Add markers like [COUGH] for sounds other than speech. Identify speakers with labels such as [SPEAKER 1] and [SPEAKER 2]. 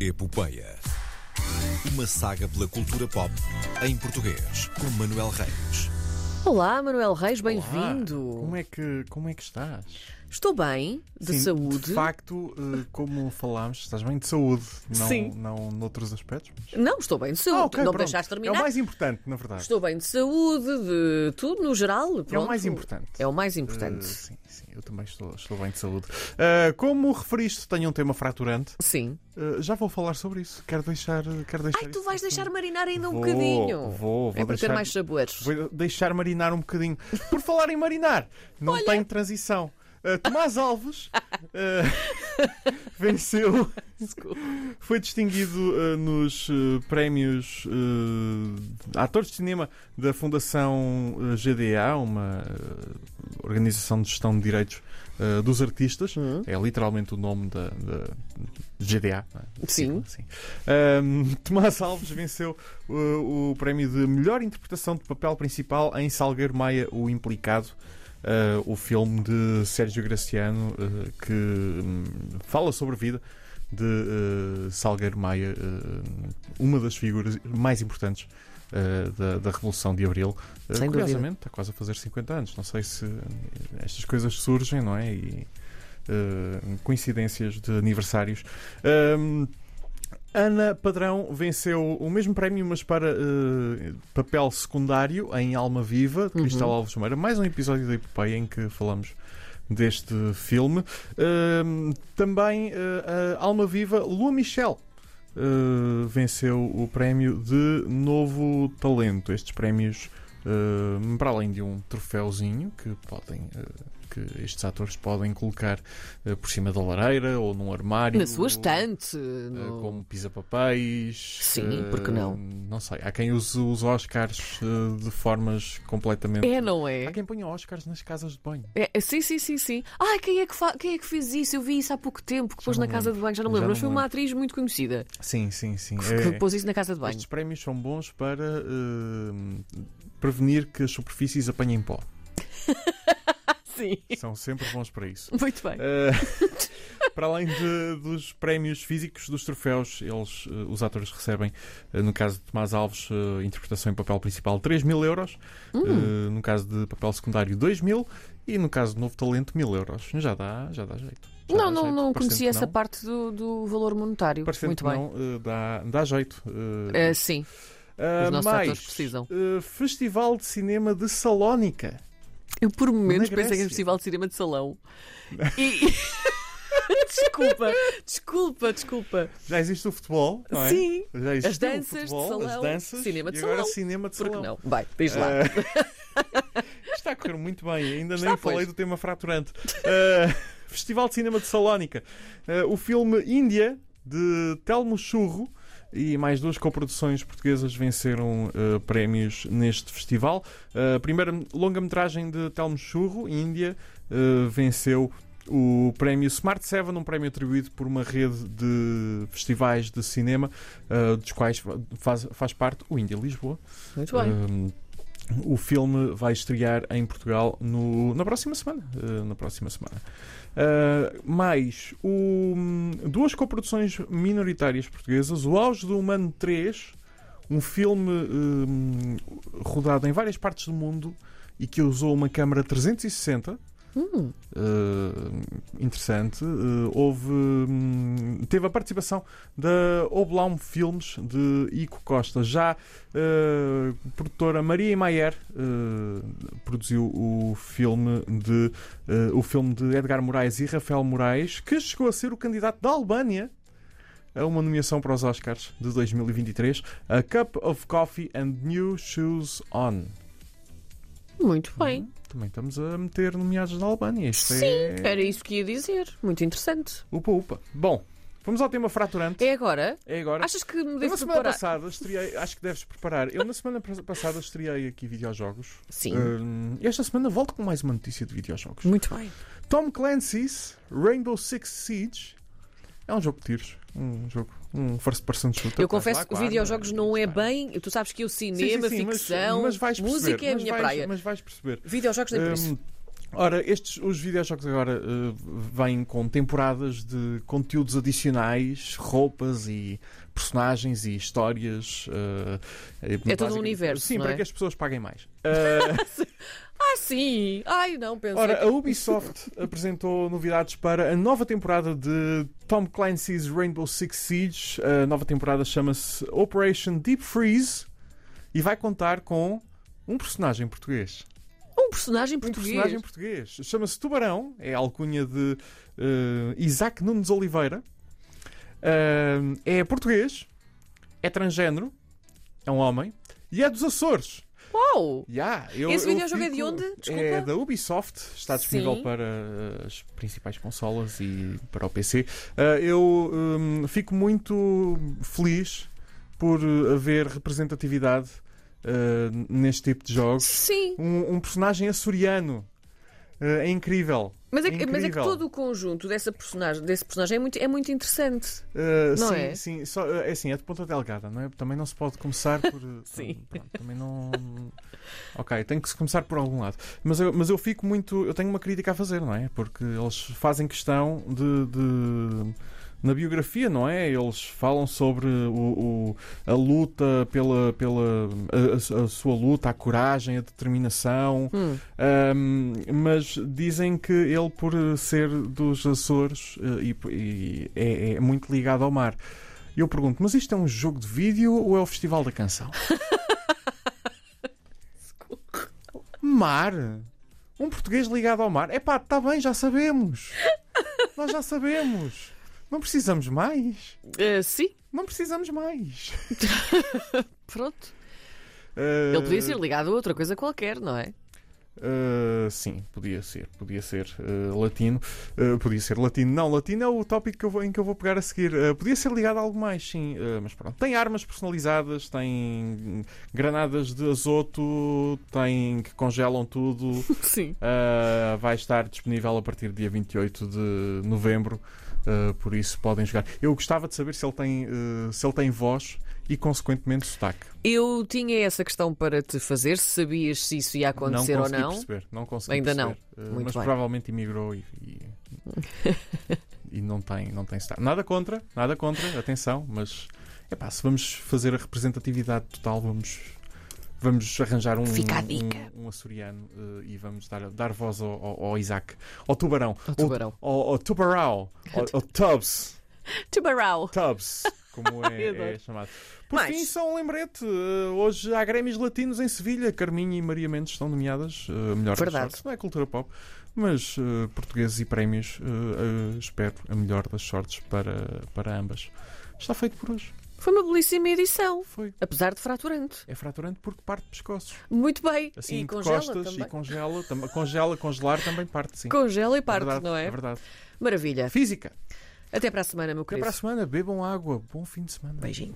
[SPEAKER 1] Epopeia. Uma saga pela cultura pop em português, com Manuel Reis.
[SPEAKER 2] Olá, Manuel Reis, bem-vindo.
[SPEAKER 3] Como é, que, como é que estás?
[SPEAKER 2] Estou bem, de
[SPEAKER 3] Sim,
[SPEAKER 2] saúde.
[SPEAKER 3] De facto, eh, como falámos, estás bem de saúde. Não,
[SPEAKER 2] Sim.
[SPEAKER 3] Não noutros aspectos. mas-
[SPEAKER 2] Não, estou bem de saúde.
[SPEAKER 3] Ah, ok,
[SPEAKER 2] não
[SPEAKER 3] pronto.
[SPEAKER 2] me deixaste
[SPEAKER 3] É
[SPEAKER 2] terminar.
[SPEAKER 3] o mais importante, na verdade.
[SPEAKER 2] Estou bem de saúde, de tudo no geral.
[SPEAKER 3] É o
[SPEAKER 2] pronto.
[SPEAKER 3] mais importante.
[SPEAKER 2] É o mais
[SPEAKER 3] Eh,
[SPEAKER 2] importante.
[SPEAKER 3] sim, sim, eu também estou, estou bem de saúde. Eh, como referiste, tenho um tema fraturante.
[SPEAKER 2] Sim.
[SPEAKER 3] Eh, já vou falar sobre isso. Quero deixar. Quero deixar
[SPEAKER 2] Ai, tu
[SPEAKER 3] isso-
[SPEAKER 2] vais deixar marinar ainda um
[SPEAKER 3] Vou,
[SPEAKER 2] bocadinho.
[SPEAKER 3] vou, vou
[SPEAKER 2] é para ter
[SPEAKER 3] deixar-
[SPEAKER 2] mais sabores.
[SPEAKER 3] [LAUGHS] Vou deixar marinar um bocadinho. Por falar em marinar, não
[SPEAKER 2] Olha.
[SPEAKER 3] tem transição. Uh, Tomás Alves uh, [LAUGHS] venceu,
[SPEAKER 2] Desculpa.
[SPEAKER 3] foi distinguido uh, nos uh, prémios uh, Atores de Cinema da Fundação uh, GDA, uma uh, organização de gestão de direitos uh, dos artistas.
[SPEAKER 2] Hum.
[SPEAKER 3] É literalmente o nome da, da GDA. não é?
[SPEAKER 2] Sim.
[SPEAKER 3] Sim. Ahm, Tomás Alves venceu uh, o prémio de melhor interpretação de papel principal em Salgueiro Maia, o Implicado. uh, o filme de Sérgio Graciano uh, que hum, fala sobre a vida de uh, Salgueiro Maia, uh, uma das figuras mais importantes uh, da, da Revolução de Abril. Uh,
[SPEAKER 2] Sem dúvida.
[SPEAKER 3] curiosamente, está quase a fazer 50 anos. Não sei se eh, estas coisas surgem, não é? E uh, coincidências de aniversários. Um, Ana Padrão venceu o mesmo prémio, mas para eh, papel secundário em Alma Viva, de
[SPEAKER 2] Uhum.
[SPEAKER 3] Cristal Alves Moura. Mais um episódio da Epopeia em que falamos deste filme. Um, também eh, a Alma Viva, Lua Michel. eh, venceu o prémio de novo talento. Estes prémios, eh, para além de um troféuzinho que podem, eh, que estes atores podem colocar eh, por cima da lareira ou num armário,
[SPEAKER 2] Na sua estante.
[SPEAKER 3] Uh,
[SPEAKER 2] no-
[SPEAKER 3] como pisa-papéis.
[SPEAKER 2] Sim,
[SPEAKER 3] uh,
[SPEAKER 2] porque não?
[SPEAKER 3] Não sei. Há quem use os Oscars uh, de formas completamente.
[SPEAKER 2] É, não é?
[SPEAKER 3] Há quem ponha Oscars nas casas de banho.
[SPEAKER 2] É, é, Sim, sim, sim, sim. Ai, quem é que, fa- quem é que fez isso? Eu vi isso há pouco tempo, que pôs
[SPEAKER 3] não
[SPEAKER 2] na casa de banho, já não me
[SPEAKER 3] Já
[SPEAKER 2] lembro.
[SPEAKER 3] não
[SPEAKER 2] Mas foi
[SPEAKER 3] me
[SPEAKER 2] uma
[SPEAKER 3] lembro. É.
[SPEAKER 2] atriz muito conhecida
[SPEAKER 3] Sim, sim, sim.
[SPEAKER 2] que- que pôs isso na casa de
[SPEAKER 3] [LAUGHS]
[SPEAKER 2] banho.
[SPEAKER 3] Estes prémios são bons para uh, prevenir que as superfícies apanhem pó.
[SPEAKER 2] Sim.
[SPEAKER 3] São sempre bons para isso.
[SPEAKER 2] Muito bem.
[SPEAKER 3] Uh, [LAUGHS] para além de- dos prémios físicos, dos troféus, eles, uh, os atores recebem, uh, no caso de Tomás Alves, uh, interpretação em papel principal, 3 mil euros,
[SPEAKER 2] Hum.
[SPEAKER 3] uh, no caso de papel secundário, 2 mil, e no caso de novo talento, mil euros. Já dá, já dá jeito. Já
[SPEAKER 2] Não,
[SPEAKER 3] dá
[SPEAKER 2] não, não
[SPEAKER 3] jeito. Parecendo
[SPEAKER 2] conhecia
[SPEAKER 3] que
[SPEAKER 2] essa
[SPEAKER 3] não.
[SPEAKER 2] parte do, do valor monetário.
[SPEAKER 3] Parecendo
[SPEAKER 2] Muito
[SPEAKER 3] que
[SPEAKER 2] bem.
[SPEAKER 3] não, uh, dá, dá jeito. uh,
[SPEAKER 2] Eh, sim,
[SPEAKER 3] uh,
[SPEAKER 2] os nossos
[SPEAKER 3] mais,
[SPEAKER 2] atores precisam.
[SPEAKER 3] uh, Festival de Cinema de Salónica.
[SPEAKER 2] eu por momentos pensei
[SPEAKER 3] Na
[SPEAKER 2] que era
[SPEAKER 3] Grécia.
[SPEAKER 2] festival de cinema de
[SPEAKER 3] [LAUGHS]
[SPEAKER 2] salão. E. [LAUGHS] desculpa, desculpa, desculpa.
[SPEAKER 3] Já existe o futebol, não é?
[SPEAKER 2] Sim,
[SPEAKER 3] Já existiu o
[SPEAKER 2] danças de
[SPEAKER 3] futebol,
[SPEAKER 2] salão,
[SPEAKER 3] as danças,
[SPEAKER 2] cinema de
[SPEAKER 3] e agora
[SPEAKER 2] salão.
[SPEAKER 3] cinema de
[SPEAKER 2] porque
[SPEAKER 3] salão.
[SPEAKER 2] não? Vai, diz lá. [LAUGHS]
[SPEAKER 3] Eh, está a correr muito bem, ainda
[SPEAKER 2] Está,
[SPEAKER 3] nem
[SPEAKER 2] pois.
[SPEAKER 3] falei do tema fraturante. Eh, Festival de Cinema de Salónica. Eh, o filme Índia, de Telmo Churro, e mais duas coproduções portuguesas venceram eh, prémios neste festival. Eh, a primeira longa-metragem de Telmo Churro, Índia, eh, venceu o prémio Smart Seven, um prémio atribuído por uma rede de festivais de cinema, eh, dos quais faz, faz parte o Índia Lisboa.
[SPEAKER 2] Muito bem.
[SPEAKER 3] Hum, o filme vai estrear em Portugal no- na próxima semana. eh, na próxima semana. Ah, mais o, hum, duas coproduções minoritárias portuguesas: O Auge do Humano 3, um filme hum, rodado em várias partes do mundo e que usou uma câmara 360.
[SPEAKER 2] Hum,
[SPEAKER 3] eh, interessante. Eh, houve, hum, teve a participação da Oblong Filmes de Ico Costa. Já eh, a produtora Maria Maier eh, produziu o filme de eh, o filme de Edgar Moraes e Rafael Moraes, que chegou a ser o candidato da Albânia a uma nomeação para os Oscars de 2023, A Cup of Coffee and New Shoes On.
[SPEAKER 2] muito bem.
[SPEAKER 3] Também estamos a meter nomeados na Albânia. Isto
[SPEAKER 2] Sim,
[SPEAKER 3] é
[SPEAKER 2] Era isso que ia dizer. Muito interessante.
[SPEAKER 3] upa upa. Bom, vamos ao tema fraturante.
[SPEAKER 2] É agora?
[SPEAKER 3] É agora.
[SPEAKER 2] Achas que me
[SPEAKER 3] Eu na
[SPEAKER 2] devo
[SPEAKER 3] semana
[SPEAKER 2] preparar?
[SPEAKER 3] passada estreiei, acho que deves preparar. Eu na semana pas- passada estreiei aqui videojogos.
[SPEAKER 2] Sim.
[SPEAKER 3] Hum, esta semana volto com mais uma notícia de videojogos.
[SPEAKER 2] Muito bem.
[SPEAKER 3] então Tom Clancy's Rainbow Six Siege é um jogo de tiros. Um jogo, um first person shooter.
[SPEAKER 2] Eu
[SPEAKER 3] Vais lá
[SPEAKER 2] confesso que
[SPEAKER 3] com a arma
[SPEAKER 2] videojogos
[SPEAKER 3] e
[SPEAKER 2] não é
[SPEAKER 3] disparas.
[SPEAKER 2] bem. Tu sabes que eu
[SPEAKER 3] Sim, sim,
[SPEAKER 2] cinema,
[SPEAKER 3] sim, mas-
[SPEAKER 2] ficção,
[SPEAKER 3] mas vais
[SPEAKER 2] música
[SPEAKER 3] perceber,
[SPEAKER 2] é a
[SPEAKER 3] mas
[SPEAKER 2] minha
[SPEAKER 3] vais-
[SPEAKER 2] praia.
[SPEAKER 3] Mas vais perceber.
[SPEAKER 2] Videojogos nem por isso.
[SPEAKER 3] Hum, Ora, estes, os videojogos agora eh, vêm com temporadas de conteúdos adicionais, roupas e personagens e histórias. eh, eh,
[SPEAKER 2] todo um
[SPEAKER 3] basicamente-
[SPEAKER 2] universo,
[SPEAKER 3] Sim,
[SPEAKER 2] não
[SPEAKER 3] para
[SPEAKER 2] é?
[SPEAKER 3] que as pessoas
[SPEAKER 2] [LAUGHS]
[SPEAKER 3] paguem mais. Eh,
[SPEAKER 2] Ah, sim! Ai, não, pensei.
[SPEAKER 3] ora,
[SPEAKER 2] que-
[SPEAKER 3] a
[SPEAKER 2] [LAUGHS]
[SPEAKER 3] Ubisoft apresentou novidades para a nova temporada de Tom Clancy's Rainbow Six Siege. A nova temporada chama-se Operation Deep Freeze e vai contar com um personagem português.
[SPEAKER 2] Um personagem português.
[SPEAKER 3] Um personagem português. Chama-se Tubarão, é a alcunha de eh, Isaac Nunes Oliveira. Ah, é português, é transgénero, é um homem e é dos Açores.
[SPEAKER 2] Uau!
[SPEAKER 3] Ya, eu-
[SPEAKER 2] Esse
[SPEAKER 3] eu
[SPEAKER 2] videojogo é de
[SPEAKER 3] fico-
[SPEAKER 2] onde? Desculpa.
[SPEAKER 3] É da Ubisoft, está disponível
[SPEAKER 2] Sim.
[SPEAKER 3] para eh, as principais consolas e para o PC. Ah, eu hum, fico muito feliz por eh, haver representatividade ah, neste tipo de jogos
[SPEAKER 2] Sim,
[SPEAKER 3] um, um personagem açoriano. Eh, é incrível.
[SPEAKER 2] mas é,
[SPEAKER 3] É
[SPEAKER 2] que- mas é que
[SPEAKER 3] incrível.
[SPEAKER 2] todo o conjunto dessa personagem, desse personagem é muito, é muito interessante.
[SPEAKER 3] Eh,
[SPEAKER 2] Não
[SPEAKER 3] sim,
[SPEAKER 2] é?
[SPEAKER 3] sim. Só, eh, é assim, é de ponta delgada, não é? Também não se pode começar por. eh,
[SPEAKER 2] [LAUGHS] Sim.
[SPEAKER 3] pronto, também não. Ok, tem que se começar por algum lado. Mas eu, mas eu fico muito. Eu tenho uma crítica a fazer, não é? Porque eles fazem questão de. de- na biografia, não é? Eles falam sobre o, o- a luta pela. pela a- a- a sua luta, a coragem, a determinação. Um, mas dizem que ele, por eh, ser dos Açores, eh, e, e é, é muito ligado ao mar. Eu pergunto, mas isto é um jogo de vídeo ou é o Festival da Canção? Mar? Um português ligado ao mar? É pá, está bem, já sabemos. Nós já sabemos. Não precisamos mais.
[SPEAKER 2] Eh, sim,
[SPEAKER 3] Não precisamos mais.
[SPEAKER 2] pronto.
[SPEAKER 3] Eh,
[SPEAKER 2] Ele podia ser ligado a outra coisa qualquer, não é?
[SPEAKER 3] Uh, sim, podia ser, podia ser uh, latino, Uh, podia ser latino, não, latino é o tópico que eu vou- em que eu vou pegar a seguir. Uh, podia ser ligado a algo mais, sim, Uh, mas pronto. Tem armas personalizadas, tem granadas de azoto, tem que congelam tudo.
[SPEAKER 2] [LAUGHS]
[SPEAKER 3] [LAUGHS]
[SPEAKER 2] Sim.
[SPEAKER 3] Uh, vai estar disponível a partir do dia 28 de novembro, uh, por isso podem jogar. Eu gostava de saber se ele tem, uh, se ele tem voz e, consequentemente, sotaque.
[SPEAKER 2] Eu tinha essa questão para te fazer, se sabias se isso ia acontecer
[SPEAKER 3] não
[SPEAKER 2] ou
[SPEAKER 3] consegui
[SPEAKER 2] não.
[SPEAKER 3] Perceber, não consegui
[SPEAKER 2] Ainda não.
[SPEAKER 3] perceber. Eh,
[SPEAKER 2] Muito
[SPEAKER 3] mas
[SPEAKER 2] bem.
[SPEAKER 3] provavelmente emigrou e, e, e não tem, não tem sotaque. Nada contra, nada contra, atenção, mas epá, se vamos fazer a representatividade total, vamos, vamos arranjar um,
[SPEAKER 2] Fica a dica.
[SPEAKER 3] um, um açoriano eh, e vamos dar, dar voz ao, ao- ao Isaac, ao tubarão,
[SPEAKER 2] Ao tubarão.
[SPEAKER 3] ao, ao, ao tubarão, ao, ao Tubbs.
[SPEAKER 2] Tubarão.
[SPEAKER 3] Tubbs,
[SPEAKER 2] [LAUGHS]
[SPEAKER 3] como é, é
[SPEAKER 2] Adoro.
[SPEAKER 3] chamado. Por
[SPEAKER 2] Mas-
[SPEAKER 3] fim, só um lembrete. eh, hoje há Grêmios Latinos em Sevilha. Carminha e Maria Mendes estão nomeadas. eh, melhor das
[SPEAKER 2] Verdade.
[SPEAKER 3] sortes. Não é cultura pop, mas eh, portugueses e prémios. eh, eh, espero a melhor das sortes para, para ambas. Está feito por hoje.
[SPEAKER 2] Foi uma belíssima edição,
[SPEAKER 3] Foi.
[SPEAKER 2] apesar de fraturante.
[SPEAKER 3] É fraturante porque parte de pescoços.
[SPEAKER 2] Muito bem.
[SPEAKER 3] Assim,
[SPEAKER 2] e
[SPEAKER 3] de
[SPEAKER 2] congela
[SPEAKER 3] costas
[SPEAKER 2] também.
[SPEAKER 3] e congela. tam- congela, congelar também parte, sim.
[SPEAKER 2] Congela e
[SPEAKER 3] É
[SPEAKER 2] parte,
[SPEAKER 3] verdade,
[SPEAKER 2] não é?
[SPEAKER 3] verdade.
[SPEAKER 2] Maravilha.
[SPEAKER 3] Física.
[SPEAKER 2] Até para a semana, meu
[SPEAKER 3] Até
[SPEAKER 2] querido.
[SPEAKER 3] para a semana. Bebam água. Bom fim de semana.
[SPEAKER 2] Beijinho.